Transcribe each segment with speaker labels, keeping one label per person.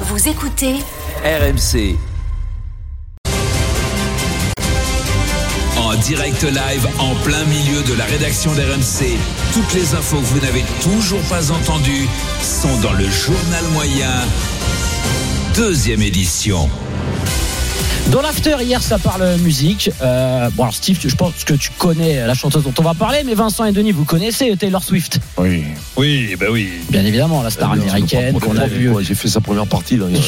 Speaker 1: Vous écoutez
Speaker 2: RMC. En direct live, en plein milieu de la rédaction d'RMC, toutes les infos que vous n'avez toujours pas entendues sont dans le journal moyen, deuxième édition.
Speaker 3: Dans l'after hier ça parle musique. Euh, bon alors Steve, tu- je pense que tu connais la chanteuse dont on va parler, mais Vincent et Denis, vous connaissez Taylor Swift,
Speaker 4: Oui.
Speaker 5: Oui, bah oui.
Speaker 3: bien évidemment, la star
Speaker 4: Euh, non,
Speaker 3: américaine
Speaker 4: c'est
Speaker 3: qu'on
Speaker 4: pas
Speaker 3: a
Speaker 4: le premier,
Speaker 3: vue
Speaker 4: ouais, J'ai fait sa première partie. là, il y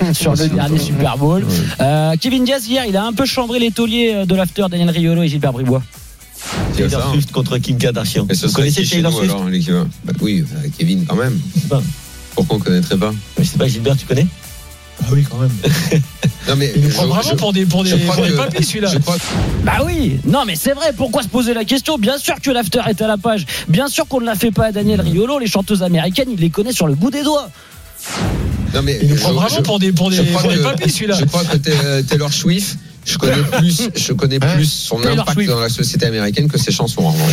Speaker 4: a-
Speaker 3: sur le
Speaker 4: c'est
Speaker 3: dernier
Speaker 4: vrai.
Speaker 3: Super Bowl.
Speaker 4: Ouais.
Speaker 3: Euh, Kevin Diaz hier, il a un peu chambré les tauliers de l'after Daniel Riolo et Gilbert Bribois.
Speaker 6: ça,
Speaker 7: Taylor
Speaker 6: hein.
Speaker 7: Swift contre Kim Kardashian.
Speaker 6: Et ce
Speaker 7: Vous
Speaker 6: serait
Speaker 7: connaissez
Speaker 6: qui chez
Speaker 7: Taylor
Speaker 6: nous
Speaker 7: Swift
Speaker 6: alors, l'équivalent Bah Oui, euh, Kevin quand même.
Speaker 7: Bah.
Speaker 6: Pourquoi on connaîtrait pas
Speaker 7: Je sais pas, Gilbert, tu connais
Speaker 8: Ah oui, quand même.
Speaker 6: Non mais
Speaker 8: Il nous
Speaker 6: je-
Speaker 8: prend vraiment
Speaker 6: je-
Speaker 8: pour des, pour des,
Speaker 6: je crois
Speaker 8: pour des
Speaker 6: que-
Speaker 8: papis, celui-là.
Speaker 6: je crois
Speaker 3: Bah oui, non mais c'est vrai, pourquoi se poser la question Bien sûr que l'after est à la page, bien sûr qu'on ne la fait pas à Daniel Riolo, les chanteuses américaines, il les connaît sur le bout des doigts.
Speaker 6: Non mais
Speaker 8: Il nous
Speaker 6: je-
Speaker 8: prend
Speaker 6: je-
Speaker 8: vraiment pour des, pour
Speaker 6: je
Speaker 8: des,
Speaker 6: crois
Speaker 8: pour des
Speaker 6: que-
Speaker 8: papis, celui-là.
Speaker 6: Je crois que Taylor- Taylor Swift, je connais plus, je connais
Speaker 4: Hein
Speaker 6: plus son
Speaker 3: Taylor
Speaker 6: impact
Speaker 3: Swift.
Speaker 6: dans la société américaine que ses chansons. en vrai.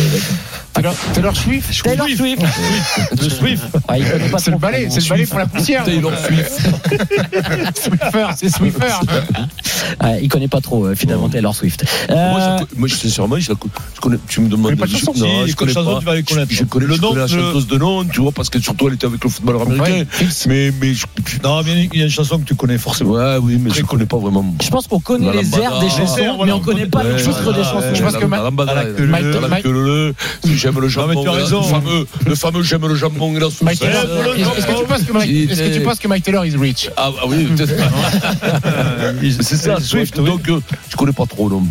Speaker 4: Taylor- Taylor Swift je
Speaker 3: Taylor
Speaker 4: crois.
Speaker 3: Swift
Speaker 4: Le Swift.
Speaker 3: Ouais, il connaît pas
Speaker 4: C'est le
Speaker 3: trop,
Speaker 4: ballet,
Speaker 3: vraiment.
Speaker 4: c'est le ballet pour la poussière. Taylor Swift. Swiffer, c'est Swiffer.
Speaker 3: Ouais, il connaît pas trop euh, finalement
Speaker 4: Non.
Speaker 3: Taylor Swift.
Speaker 4: Moi,
Speaker 3: Euh,
Speaker 4: je la co- moi, je sincèrement, je la co- je connais. Tu me demandes
Speaker 8: connais pas de chanson Si,
Speaker 4: Non, je
Speaker 8: écoute,
Speaker 4: connais
Speaker 8: chanson,
Speaker 4: pas.
Speaker 8: tu vas les connaître.
Speaker 4: Je- Je connais,
Speaker 8: Le
Speaker 4: je
Speaker 8: nom,
Speaker 4: connais la
Speaker 8: le-
Speaker 4: chanteuse de Nantes, tu vois, parce que surtout elle était avec le footballeur américain. Mais, mais je- je-
Speaker 8: Non, mais il y a une chanson que tu connais forcément.
Speaker 4: ouais, oui, mais je
Speaker 8: Très
Speaker 4: connais pas vraiment.
Speaker 3: Je pense qu'on connaît
Speaker 4: Madame
Speaker 3: les airs
Speaker 4: Bada.
Speaker 3: des
Speaker 8: Les
Speaker 3: chansons,
Speaker 8: airs,
Speaker 3: mais
Speaker 8: voilà,
Speaker 3: on
Speaker 8: on
Speaker 3: connaît pas le
Speaker 4: Ouais,
Speaker 3: titre
Speaker 4: ouais,
Speaker 3: des
Speaker 4: ouais,
Speaker 3: chansons.
Speaker 4: ouais,
Speaker 8: Je pense
Speaker 4: la-
Speaker 8: que
Speaker 4: la lambada,
Speaker 8: Mike-
Speaker 4: la-
Speaker 8: Mike-
Speaker 4: la- la-
Speaker 8: Mike-
Speaker 4: que le- le- J'aime le jambon.
Speaker 8: mais tu as
Speaker 4: le
Speaker 8: raison.
Speaker 4: fameux- Le fameux j'aime le jambon et la sauce.
Speaker 8: Mike- Taylor,
Speaker 4: Eh,
Speaker 8: pour le
Speaker 4: est-ce que tu penses que Mike- est-ce que tu penses
Speaker 9: que Mike Taylor is rich
Speaker 4: Ah, ah oui, peut-être. c'est ça, Swift. Donc, euh, je connais pas trop l'homme.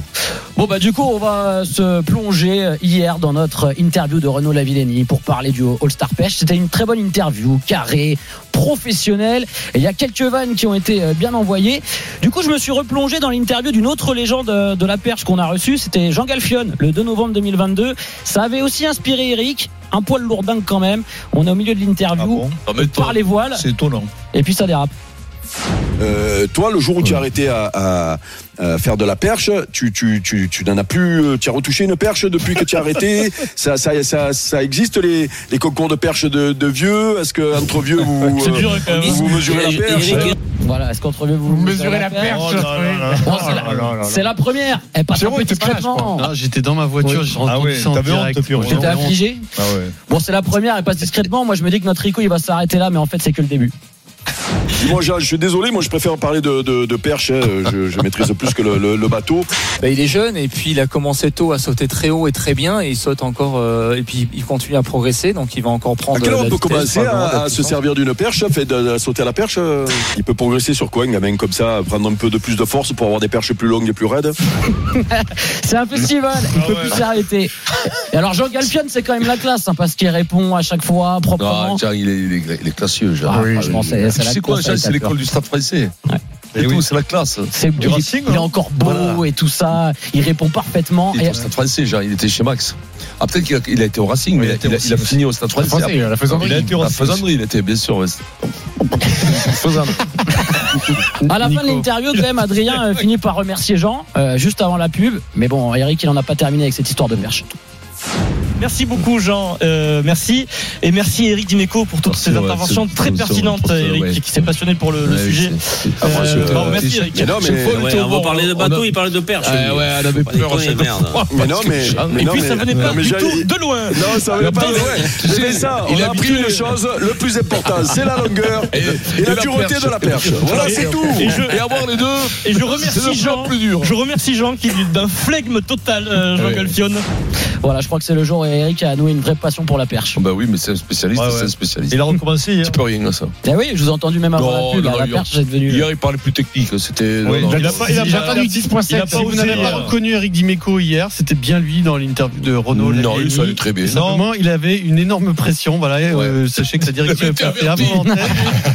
Speaker 3: Bon bah du coup on va euh, se plonger euh, hier dans notre interview de Renaud Lavillenie pour parler du All-Star Pêche. C'était une très bonne interview, carrée, professionnelle. Et il y a quelques vannes qui ont été euh, bien envoyées. Du coup je me suis replongé dans l'interview d'une autre légende euh, de la perche qu'on a reçue. C'était Jean Galfion le 2 novembre 2022. Ça avait aussi inspiré Eric. Un poil lourdingue quand même. On est au milieu de
Speaker 8: Ah
Speaker 3: l'interview.
Speaker 8: bon
Speaker 4: Ah, mais toi,
Speaker 3: par les voiles
Speaker 8: C'est étonnant.
Speaker 3: et puis ça dérape.
Speaker 10: Euh, toi, le jour où tu as arrêté à, à- à faire de la perche, tu, tu, tu, tu n'en as plus. euh, Tu as retouché une perche depuis que tu as arrêté. ça, ça, ça, ça existe les, les concours de perche de, de vieux. Est-ce que entre vieux vous,
Speaker 8: C'est
Speaker 10: euh,
Speaker 8: dur quand même.
Speaker 10: vous mesurez la perche
Speaker 5: hein
Speaker 3: Voilà, est-ce qu'entre vous, vous mesurez la perche
Speaker 8: Oh là là là là.
Speaker 3: Bon, c'est la- C'est la première. Eh, Elle passe un
Speaker 9: Jérôme,
Speaker 3: peu
Speaker 9: t'es pas là, je crois.
Speaker 3: discrètement.
Speaker 7: J'étais dans ma voiture, j'ai
Speaker 8: Ah ouais, t'avais honte, Pierrot.
Speaker 3: J'étais affligé.
Speaker 8: Ah ouais.
Speaker 3: Bon, c'est la première, elle passe discrètement. Moi, je me dis que notre Rico, il va s'arrêter là, mais en fait, c'est que le début.
Speaker 10: euh, Moi, je, je suis désolé. Moi, je préfère parler de, de, de perche. hein, Je, je maîtrise plus que le, le- le bateau.
Speaker 11: Bah, il est jeune et puis il a commencé tôt à sauter très haut et très bien et il saute encore euh, et puis il continue à progresser donc il va encore prendre. euh,
Speaker 10: À
Speaker 3: Euh,
Speaker 10: quelle heure
Speaker 11: la
Speaker 10: on peut
Speaker 11: vitesse,
Speaker 10: commencer à,
Speaker 11: probablement, de la
Speaker 10: à se
Speaker 11: puissance.
Speaker 10: servir d'une perche, fait de, de sauter à la perche euh Il peut progresser sur quoi, un gamin comme ça, prendre un peu de plus de force pour avoir des perches plus longues et plus raides
Speaker 3: C'est un festival, il
Speaker 8: Ah
Speaker 3: peut
Speaker 8: ouais.
Speaker 3: plus s'arrêter. Et alors, Jean Galpion, c'est quand même la classe, hein, parce qu'il répond à chaque fois
Speaker 4: Ah,
Speaker 3: proprement.
Speaker 4: tiens, il est, il est, il est classieux, Jean.
Speaker 3: Ah, franchement, c'est-
Speaker 4: Tu
Speaker 3: c'est la
Speaker 4: sais quoi,
Speaker 3: classe,
Speaker 4: Jean,
Speaker 3: la
Speaker 4: c'est l'école du stade français.
Speaker 8: Et
Speaker 4: Et tout,
Speaker 8: oui.
Speaker 4: Eh c'est la classe.
Speaker 3: C'est
Speaker 8: Du
Speaker 3: il est-
Speaker 8: Racing,
Speaker 3: il est
Speaker 8: hein.
Speaker 3: encore beau
Speaker 4: Voilà.
Speaker 3: et tout ça. Il répond parfaitement.
Speaker 4: Il
Speaker 3: Et-
Speaker 4: était au stade français, Jean. Il était chez Max. Ah, peut-être qu'il a, il a été au Racing, mais
Speaker 8: il
Speaker 4: il
Speaker 8: a
Speaker 4: a,
Speaker 8: été au
Speaker 4: il a- il a
Speaker 8: Racing.
Speaker 4: fini au stade français.
Speaker 9: Français, la
Speaker 8: Il a
Speaker 9: faisanderie.
Speaker 8: été
Speaker 4: La
Speaker 8: renseigné.
Speaker 4: faisanderie, il était, bien sûr. ouais, c'est- Faisandre.
Speaker 3: À la fin de
Speaker 8: Nico.
Speaker 3: l'interview, quand même, Adrien euh, finit par remercier Jean euh, juste avant la pub. Mais bon, Eric, il n'en a pas terminé avec cette histoire de perche.
Speaker 7: Merci beaucoup, Jean. Euh, merci. Et merci, Eric Dimeco, pour toutes
Speaker 4: Merci,
Speaker 7: ces
Speaker 4: ouais,
Speaker 7: interventions
Speaker 4: c'est-
Speaker 7: très
Speaker 4: c'est-
Speaker 7: pertinentes,
Speaker 4: c'est-
Speaker 7: Eric,
Speaker 4: ouais.
Speaker 7: qui s'est passionné pour le, le
Speaker 4: Ouais,
Speaker 7: sujet.
Speaker 4: c'est- c'est-
Speaker 7: Euh,
Speaker 4: Après, c'est-
Speaker 7: bravo, merci,
Speaker 4: c'est-
Speaker 7: Eric.
Speaker 10: Mais non, mais-
Speaker 4: Chaque fois, on était au bord,
Speaker 5: parler de
Speaker 4: on a-
Speaker 5: bateau, il parle de perche.
Speaker 4: Ah ouais, on avait peur.
Speaker 5: déconner,
Speaker 4: chaque
Speaker 5: merde.
Speaker 4: fois,
Speaker 10: Mais non,
Speaker 4: parce que
Speaker 10: mais,
Speaker 4: Jean-
Speaker 10: mais
Speaker 7: Et
Speaker 10: non,
Speaker 7: puis,
Speaker 10: mais-
Speaker 7: ça venait pas
Speaker 10: non, mais
Speaker 7: du
Speaker 10: j'ai-
Speaker 7: tout de loin.
Speaker 10: Non, ça veut pas.
Speaker 4: pas-
Speaker 10: Ouais.
Speaker 4: Tu sais,
Speaker 10: Mais ça,
Speaker 4: il
Speaker 10: on
Speaker 4: a
Speaker 10: a appris
Speaker 4: habitué-
Speaker 10: une chose, le plus important, c'est la longueur et, la, dureté de la perche. Voilà, c'est tout.
Speaker 7: Et je,
Speaker 4: Et avoir les deux,
Speaker 7: et je
Speaker 4: c'est
Speaker 7: remercie
Speaker 4: le
Speaker 7: Jean.
Speaker 4: plan plus dur.
Speaker 7: Je remercie Jean qui est d'un flegme total, euh, Jean
Speaker 4: Ouais.
Speaker 7: Galfion.
Speaker 3: Voilà, je crois que c'est le jour où Eric a noué une vraie passion pour la perche.
Speaker 4: Ah Bah oui, mais c'est un spécialiste,
Speaker 8: Ouais, ouais.
Speaker 4: c'est un spécialiste.
Speaker 8: Il a recommencé
Speaker 4: Tu
Speaker 8: hier.
Speaker 4: peux rien, ça.
Speaker 3: Eh oui, je vous ai entendu même avant
Speaker 4: Non,
Speaker 3: la pub.
Speaker 4: non,
Speaker 3: à la
Speaker 4: il-
Speaker 3: perche, c'est devenu.
Speaker 4: Hier, il parlait plus technique. C'était.
Speaker 8: Oui,
Speaker 4: non, non.
Speaker 8: il a pas- il a
Speaker 9: J'ai
Speaker 8: pas-
Speaker 9: entendu 10.7.
Speaker 8: il a
Speaker 9: Si
Speaker 8: pas
Speaker 9: vous
Speaker 8: osé.
Speaker 9: n'avez
Speaker 8: hier.
Speaker 9: pas
Speaker 7: reconnu Eric Dimeco hier, c'était bien lui dans l'interview de Renaud.
Speaker 4: Non, il s'allait très bien.
Speaker 7: Simplement, il avait une énorme pression. Voilà, et, euh, sachez que sa direction est
Speaker 4: Le
Speaker 7: avant l'antenne.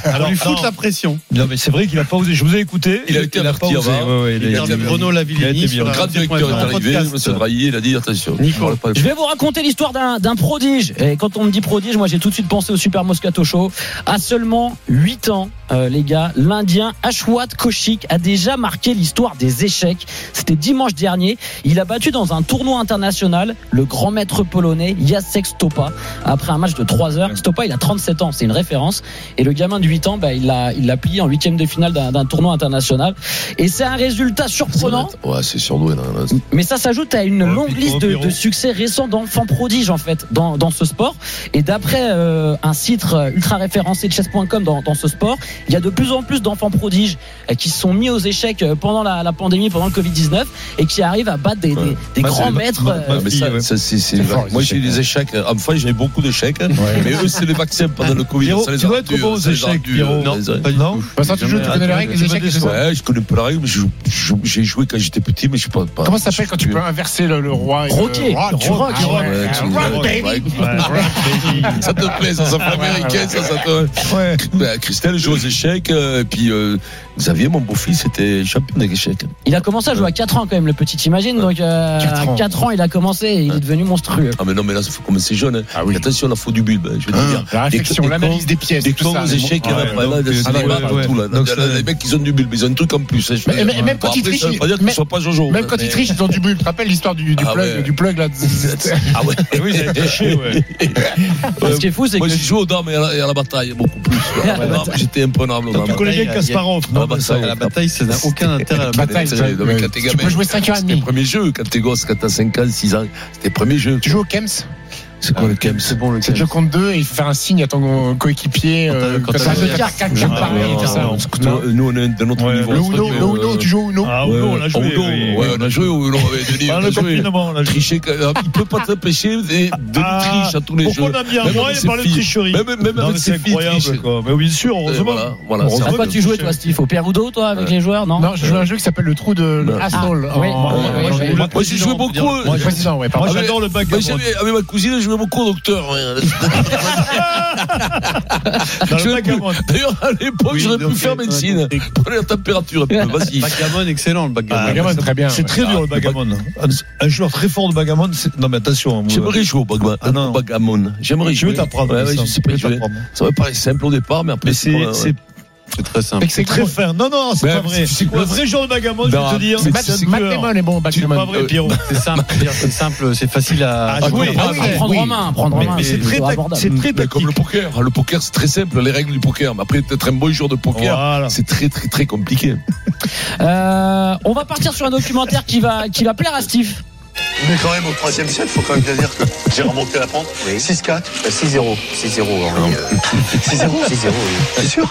Speaker 8: Alors,
Speaker 7: Alors, lui
Speaker 8: non.
Speaker 7: fout la pression.
Speaker 8: Non, mais c'est vrai qu'il a pas osé. Je vous ai écouté.
Speaker 4: Il a été
Speaker 8: pas
Speaker 4: averti hein.
Speaker 8: osé.
Speaker 4: avant.
Speaker 8: Ouais, ouais, il a-
Speaker 4: Il a été averti.
Speaker 7: Renaud
Speaker 8: Il a été
Speaker 7: Lavillenie.
Speaker 8: bien.
Speaker 7: sur
Speaker 4: Le
Speaker 7: la
Speaker 4: grand directeur est
Speaker 7: radio.fr,
Speaker 4: arrivé,
Speaker 7: podcast.
Speaker 4: M. Drahi, il a dit attention.
Speaker 7: Nico.
Speaker 4: on parle pas de-
Speaker 3: Je vais vous raconter l'histoire d'un d'un prodige. Et quand on me dit prodige, moi j'ai tout de suite pensé au Super Moscato Show. À seulement 8 ans, euh, les gars. L'Indien Ashwat Koshik a déjà marqué l'histoire des échecs. C'était dimanche dernier. Il a battu dans un tournoi international le grand maître polonais Jacek Stopa après un match de 3 heures. Stopa, il a 37 ans, c'est une référence. Et le gamin de 8 ans, bah, il l'a il l'a plié en huitième de finale d'un d'un tournoi international. Et c'est un résultat surprenant.
Speaker 4: Ouais, c'est surdoué. là, là.
Speaker 3: Mais ça s'ajoute à une
Speaker 8: Ouais,
Speaker 3: longue
Speaker 8: Pico,
Speaker 3: liste de,
Speaker 8: Pierrot.
Speaker 3: de succès récents d'enfants prodiges en fait dans, dans ce sport. Et d'après euh, un site euh, ultra référencé de chess.com dans, dans ce sport, il y a de plus en plus d'enfants prodiges euh, qui se sont mis aux échecs euh, pendant la, la pandémie, pendant le Covid-19, et qui arrivent à battre des, des-
Speaker 4: Ouais.
Speaker 3: des
Speaker 8: Bah,
Speaker 3: grands
Speaker 8: c'est-
Speaker 3: maîtres.
Speaker 8: bah,
Speaker 4: Ah,
Speaker 3: euh,
Speaker 4: mais
Speaker 8: Fille,
Speaker 4: ça,
Speaker 8: ouais.
Speaker 4: ça, c'est, c'est vrai.
Speaker 6: fort, les
Speaker 4: Moi, j'ai eu des échecs. euh, Enfin, j'avais beaucoup d'échecs. Mais eux, c'est le vaccin pendant le Covid.
Speaker 8: Pierrot,
Speaker 4: ça les
Speaker 8: tu
Speaker 4: a
Speaker 8: dois être
Speaker 4: rendus,
Speaker 8: bon aux
Speaker 4: ça les a
Speaker 8: échecs,
Speaker 4: rendus,
Speaker 8: Pierrot.
Speaker 4: euh, les a-
Speaker 8: Non
Speaker 6: Vincent, tu joues, tu connais la règles, les échecs et tout ça
Speaker 4: Ouais, je connais pas la règle, mais je- je- j'ai joué quand j'étais petit, mais je suis pas. pas-
Speaker 6: Comment ça s'appelle quand tu peux inverser le, le roi et le-
Speaker 3: Roquet.
Speaker 6: Rock,
Speaker 3: Tu rock,
Speaker 6: ah
Speaker 3: tu
Speaker 6: ouais,
Speaker 3: rock.
Speaker 4: Ouais, tu-
Speaker 6: rock,
Speaker 4: ouais,
Speaker 6: baby.
Speaker 4: ouais,
Speaker 8: Ouais.
Speaker 4: Ça te plaît, ça, ça fait américain, ça, ça te.
Speaker 8: Ouais.
Speaker 4: Bah, Christelle joue aux échecs, euh, et puis euh, Xavier, mon beau-fils, était champion des échecs.
Speaker 3: Il a commencé à jouer à 4 ans quand même, le petit, imagine. Donc euh,
Speaker 6: Quatre
Speaker 3: à
Speaker 6: ans.
Speaker 3: 4 ans, il a commencé et il est devenu monstrueux.
Speaker 4: Ah, mais non, mais là, il faut commencer jeune. hein.
Speaker 6: Ah oui.
Speaker 4: Attention, la faute du bulbe, hein, je veux dire.
Speaker 6: La réflexion,
Speaker 4: Des- des
Speaker 6: l'analyse des pièces,
Speaker 4: Des
Speaker 6: Ah. tout
Speaker 4: cons
Speaker 6: ça.
Speaker 4: aux échecs, il y en a
Speaker 8: Ouais,
Speaker 4: pas là,
Speaker 8: donc,
Speaker 4: des
Speaker 6: euh,
Speaker 8: c'est-
Speaker 4: salades
Speaker 8: ouais,
Speaker 4: partout, là.
Speaker 8: ouais. Donc,
Speaker 4: Là, là,
Speaker 8: c'est-
Speaker 4: Les mecs, ils ont du bulbe, ils ont un truc en plus. hein, je
Speaker 6: Mais-
Speaker 4: veux
Speaker 6: mais-
Speaker 4: dire.
Speaker 6: même
Speaker 4: Bon,
Speaker 6: quand ils
Speaker 4: après,
Speaker 6: trichent,
Speaker 4: ça veut pas dire qu'ils
Speaker 6: mais-
Speaker 4: soient pas Jojo.
Speaker 6: Même
Speaker 4: hein,
Speaker 6: quand
Speaker 4: mais-
Speaker 6: ils trichent, ils ont du bulbe. Tu te rappelles l'histoire du, du
Speaker 4: Ah
Speaker 6: plug,
Speaker 4: ouais.
Speaker 6: du plug là
Speaker 4: Ah ouais.
Speaker 8: Eh Oui, il a déché, ouais. Euh,
Speaker 3: Ce qui est fou, c'est que
Speaker 4: Moi, j'ai joué aux dames et à la, et à la bataille, beaucoup plus.
Speaker 3: Et à la
Speaker 4: Aux dames, J'étais imprenable aux
Speaker 8: Donc, tu
Speaker 4: dames.
Speaker 8: connais bien Kasparov,
Speaker 4: Ah
Speaker 8: non
Speaker 4: bah, ça,
Speaker 8: Vincent
Speaker 4: ouais.
Speaker 1: La bataille, ça n'a aucun intérêt à la
Speaker 6: Bataille,
Speaker 4: c'est- non, mais quand t'es
Speaker 6: tu
Speaker 4: gamin,
Speaker 6: peux jouer 5h30.
Speaker 4: Premier jeu, quand t'es gosse, quand t'as 5 ans, 6 ans, c'était le premier jeu. Ah,
Speaker 6: Tu joues au Kems
Speaker 4: C'est quoi le Kems
Speaker 1: C'est bon, le
Speaker 6: C'est je compte deux et il faut faire un signe à ton coéquipier. euh,
Speaker 1: Quand t'as-
Speaker 6: Quand t'as
Speaker 1: quand
Speaker 6: deux
Speaker 1: t'as-
Speaker 6: cartes, quatre
Speaker 8: Non,
Speaker 6: cartes pareilles et
Speaker 8: non,
Speaker 6: tout ça.
Speaker 8: non.
Speaker 4: Parce que toi, Nous, on est de notre
Speaker 8: Ouais.
Speaker 4: niveau.
Speaker 6: Le
Speaker 4: on se
Speaker 6: Uno,
Speaker 4: fait,
Speaker 6: le Uno,
Speaker 4: euh,
Speaker 6: tu joues au Uno
Speaker 8: Ah,
Speaker 4: Ouais,
Speaker 8: Uno, on
Speaker 4: ouais,
Speaker 8: l'a joué.
Speaker 4: au Uno,
Speaker 8: oui.
Speaker 4: ouais, on a joué au Uno, ouais, Denis,
Speaker 8: Pendant
Speaker 4: on a
Speaker 8: le
Speaker 4: joué.
Speaker 8: confinement, on l'a joué.
Speaker 4: Tricher, euh, il peut pas t'empêcher de
Speaker 8: Ah,
Speaker 4: triche à tous les jeux.
Speaker 8: Pourquoi on a mis un
Speaker 4: Même
Speaker 8: mois
Speaker 4: avec
Speaker 8: et
Speaker 4: ses
Speaker 8: parler de
Speaker 4: filles.
Speaker 8: tricherie
Speaker 4: Même- même
Speaker 8: Non,
Speaker 4: avec
Speaker 8: mais
Speaker 4: ses
Speaker 8: C'est
Speaker 4: filles, triche.
Speaker 8: incroyable, quoi. Mais bien sûr,
Speaker 4: Euh,
Speaker 8: heureusement.
Speaker 4: Voilà, voilà.
Speaker 8: Heureusement.
Speaker 4: ça
Speaker 3: à
Speaker 4: va.
Speaker 3: quoi tu jouais, toi, Steve Au Perudo, toi, avec
Speaker 8: Euh,
Speaker 3: les joueurs, non
Speaker 6: Non, je joue à un jeu qui s'appelle le trou de
Speaker 4: Non.
Speaker 6: l'Asshole.
Speaker 3: Ah, oui. Ouais,
Speaker 6: En- en-
Speaker 3: ouais,
Speaker 6: en-
Speaker 3: ouais.
Speaker 4: Moi, j'ai joué beaucoup. euh,
Speaker 6: en- Président, ouais, pardon.
Speaker 8: Moi, Ah, j'adore le
Speaker 4: Moi,
Speaker 8: backgammon.
Speaker 4: j'avais- avec ah, ma cousine, je jouais beaucoup au docteur. ouais.
Speaker 8: Dans
Speaker 4: je
Speaker 8: le
Speaker 4: l'ai
Speaker 8: backgammon.
Speaker 4: D'ailleurs, à l'époque, j'aurais pu
Speaker 8: euh,
Speaker 4: faire médecine. Prenez la température un peu, vas-y.
Speaker 1: Backgammon, excellent, le
Speaker 6: Ah,
Speaker 1: backgammon.
Speaker 6: Gammon, très bien.
Speaker 8: C'est
Speaker 6: ouais.
Speaker 8: très dur, le backgammon. Un un joueur très fort de backgammon, c'est. Non, mais attention. hein, vous-
Speaker 4: J'aimerais jouer au bagma-
Speaker 8: Ah, non.
Speaker 4: au bagamon. J'aimerais
Speaker 8: Je
Speaker 4: jouer.
Speaker 8: vais t'apprendre.
Speaker 4: Ouais, ouais,
Speaker 8: Vincent.
Speaker 4: je sais pas
Speaker 8: Je vais
Speaker 4: jouer.
Speaker 8: t'apprendre.
Speaker 4: Ça me paraît simple au départ, mais après,
Speaker 8: Mais c'est-
Speaker 4: pas-
Speaker 8: c'est
Speaker 1: C'est très simple.
Speaker 6: Mais c'est
Speaker 8: très
Speaker 6: très
Speaker 8: fin. Non, non, c'est
Speaker 4: Mais
Speaker 8: pas vrai.
Speaker 4: c'est quoi,
Speaker 8: Le vrai joueur de backgammon, je vais
Speaker 4: Non,
Speaker 8: te dire.
Speaker 4: c'est-
Speaker 8: Matt-
Speaker 6: Matt Matt Damon est bon,
Speaker 8: C'est
Speaker 6: Batman.
Speaker 8: pas vrai, Pierrot.
Speaker 1: C'est simple, je veux dire, c'est simple, c'est facile à.
Speaker 8: Ah, jouer.
Speaker 3: Ah oui,
Speaker 6: ouais,
Speaker 3: prendre
Speaker 6: oui.
Speaker 3: en main, prendre en
Speaker 8: Mais
Speaker 3: main.
Speaker 8: mais c'est très
Speaker 3: plutôt
Speaker 8: tac-
Speaker 3: abordable.
Speaker 8: c'est très
Speaker 4: Mais comme
Speaker 8: tactique.
Speaker 4: le poker. Ah, Le poker, c'est très simple, les règles du poker. Mais après, être un bon joueur de poker,
Speaker 8: Voilà.
Speaker 4: c'est très, très, très compliqué.
Speaker 3: Euh, on va partir sur un documentaire qui va, qui va plaire à Steve.
Speaker 9: Mais quand même, au troisième siècle, faut quand même bien dire que j'ai remonté la pente. 6-4. 6-0. 6-0. 6-0 6-0, C'est sûr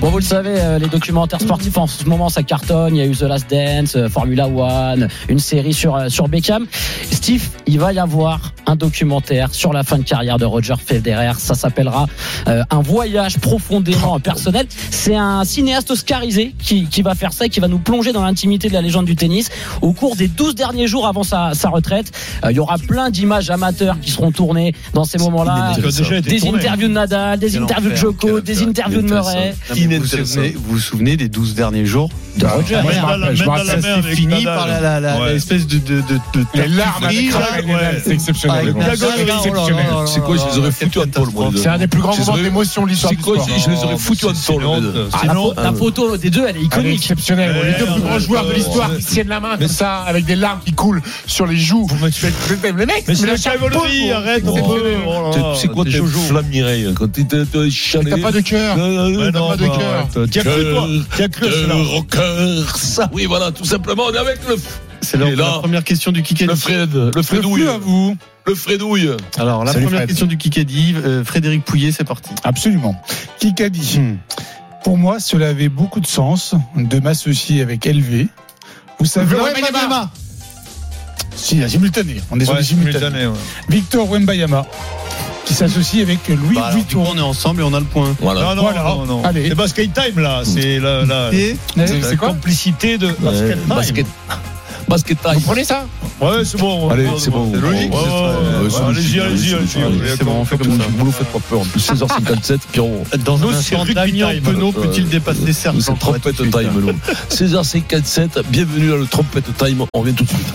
Speaker 3: Bon, vous le savez, euh, les documentaires sportifs en ce moment, ça cartonne. Il y a eu The Last Dance, euh, Formula One, une série sur, euh, sur Beckham. Steve, il va y avoir un documentaire sur la fin de carrière de Roger Federer. Ça s'appellera euh, Un voyage
Speaker 1: Oh.
Speaker 3: profondément personnel. C'est un cinéaste oscarisé qui, qui va faire ça, et qui va nous plonger dans l'intimité de la légende du tennis au cours des 12 derniers jours avant sa, sa retraite. Euh, il y aura plein d'images amateurs qui seront tournées dans ces moments-là.
Speaker 8: Ça a déjà été
Speaker 3: Des
Speaker 8: tourné.
Speaker 3: interviews de Nadal, des
Speaker 1: Quel
Speaker 3: interviews de
Speaker 1: enfer,
Speaker 3: Joko,
Speaker 1: quel
Speaker 3: des
Speaker 1: enfer.
Speaker 3: interviews de
Speaker 1: Inintéressant.
Speaker 3: Murray.
Speaker 1: Non, mais vous, vous souvenez, vous vous souvenez des 12 derniers jours
Speaker 3: de Roger.
Speaker 8: Mettre
Speaker 3: Merde.
Speaker 8: dans la-
Speaker 6: je me
Speaker 8: mettre dans la
Speaker 6: rappelle,
Speaker 8: mer
Speaker 1: C'est
Speaker 8: avec
Speaker 1: fini
Speaker 8: Nadal.
Speaker 1: par la, la, la,
Speaker 8: Ouais.
Speaker 1: la espèce de. de, de, de
Speaker 6: Les larmes avec
Speaker 8: Rire,
Speaker 6: Rafael
Speaker 8: ouais.
Speaker 6: Nadal, c'est exceptionnel.
Speaker 1: avec
Speaker 6: quoi.
Speaker 1: Nadal,
Speaker 6: C'est
Speaker 1: oh là là
Speaker 6: exceptionnel.
Speaker 1: là là
Speaker 4: C'est quoi, je les aurais
Speaker 1: là,
Speaker 4: foutus à
Speaker 1: quelle
Speaker 4: Paul, moi, les deux.
Speaker 6: C'est un des plus grands
Speaker 4: C'est
Speaker 6: moments
Speaker 4: vrai.
Speaker 6: d'émotion de l'histoire
Speaker 4: C'est
Speaker 6: du
Speaker 4: quoi,
Speaker 6: sport.
Speaker 4: je, je les aurais foutus en tôle. les deux.
Speaker 3: Ah, la, pho- la photo des deux, elle est
Speaker 6: Elle est
Speaker 3: iconique.
Speaker 6: exceptionnelle.
Speaker 8: Ouais,
Speaker 6: Les deux plus
Speaker 8: ouais,
Speaker 6: grands joueurs de l'histoire qui se tiennent la main comme ça, avec des larmes qui coulent sur les joues. Mais mec,
Speaker 8: Mais c'est la
Speaker 6: chapeau,
Speaker 8: chivalry,
Speaker 6: gros.
Speaker 8: arrête.
Speaker 6: C'est exceptionnel.
Speaker 4: T'es- C'est Ah, quoi, t'es flammireille Quand t'es t'es- t'es
Speaker 6: T'as
Speaker 4: chalé.
Speaker 6: pas de cœur.
Speaker 8: T'as
Speaker 6: pas
Speaker 4: bah,
Speaker 6: de cœur.
Speaker 8: T'as cru, toi. T'as cru,
Speaker 4: Le
Speaker 8: cela.
Speaker 4: rocker, ça. Oui, voilà, tout simplement. On est avec le,
Speaker 1: C'est
Speaker 4: Il est
Speaker 1: la,
Speaker 4: là.
Speaker 1: la première question du Kikadi.
Speaker 4: le Fred, le Fredouille. Le Fredouille.
Speaker 1: Alors, la
Speaker 6: Salut,
Speaker 1: première
Speaker 6: Fred.
Speaker 1: question du Kikadi, euh, Frédéric Pouillet, c'est parti.
Speaker 12: Absolument. Kikadi. Pour moi, cela avait beaucoup de sens de m'associer avec LV. Vous savez,
Speaker 6: Wembayama.
Speaker 12: Wembayama. Si, la simultanée. On est sur
Speaker 8: Ouais,
Speaker 12: les simultanées.
Speaker 8: simultané, ouais.
Speaker 12: Victor Wembayama, qui s'associe avec Louis
Speaker 1: Bah, alors, du coup,
Speaker 12: Vuitton.
Speaker 1: on est ensemble et on a le point.
Speaker 8: Non,
Speaker 4: Voilà. Hmm.
Speaker 8: non,
Speaker 12: Voilà.
Speaker 8: non, non.
Speaker 12: Allez.
Speaker 8: C'est Basket Time, là. C'est la, la,
Speaker 1: Et
Speaker 12: Eh,
Speaker 8: la complicité de Basket Time.
Speaker 4: Basket. Basket
Speaker 6: Vous
Speaker 4: time.
Speaker 6: prenez ça
Speaker 8: Ouais, c'est bon.
Speaker 4: Allez,
Speaker 8: Ouais,
Speaker 4: c'est bon.
Speaker 8: C'est logique.
Speaker 4: Ouais,
Speaker 8: c'est
Speaker 4: ouais,
Speaker 8: ça.
Speaker 4: ouais,
Speaker 8: Ouais,
Speaker 4: c'est
Speaker 8: Allez-y,
Speaker 4: logique.
Speaker 8: allez-y, allez-y.
Speaker 4: Allez,
Speaker 8: allez,
Speaker 1: c'est bon, on fait comme ça.
Speaker 4: Vous nous faites pas peur. En plus, 16h57, Pierrot.
Speaker 1: Dans
Speaker 8: Nous,
Speaker 1: un
Speaker 8: c'est
Speaker 1: instant,
Speaker 8: rugby
Speaker 1: Damien
Speaker 8: time.
Speaker 1: Penaud
Speaker 4: Euh,
Speaker 1: peut-il dépasser Serge
Speaker 4: C'est
Speaker 1: Jean-Claude
Speaker 4: Trompette
Speaker 1: tout de suite
Speaker 4: Time, nous. 16h57, bienvenue dans le Trompette Time. On revient tout de suite.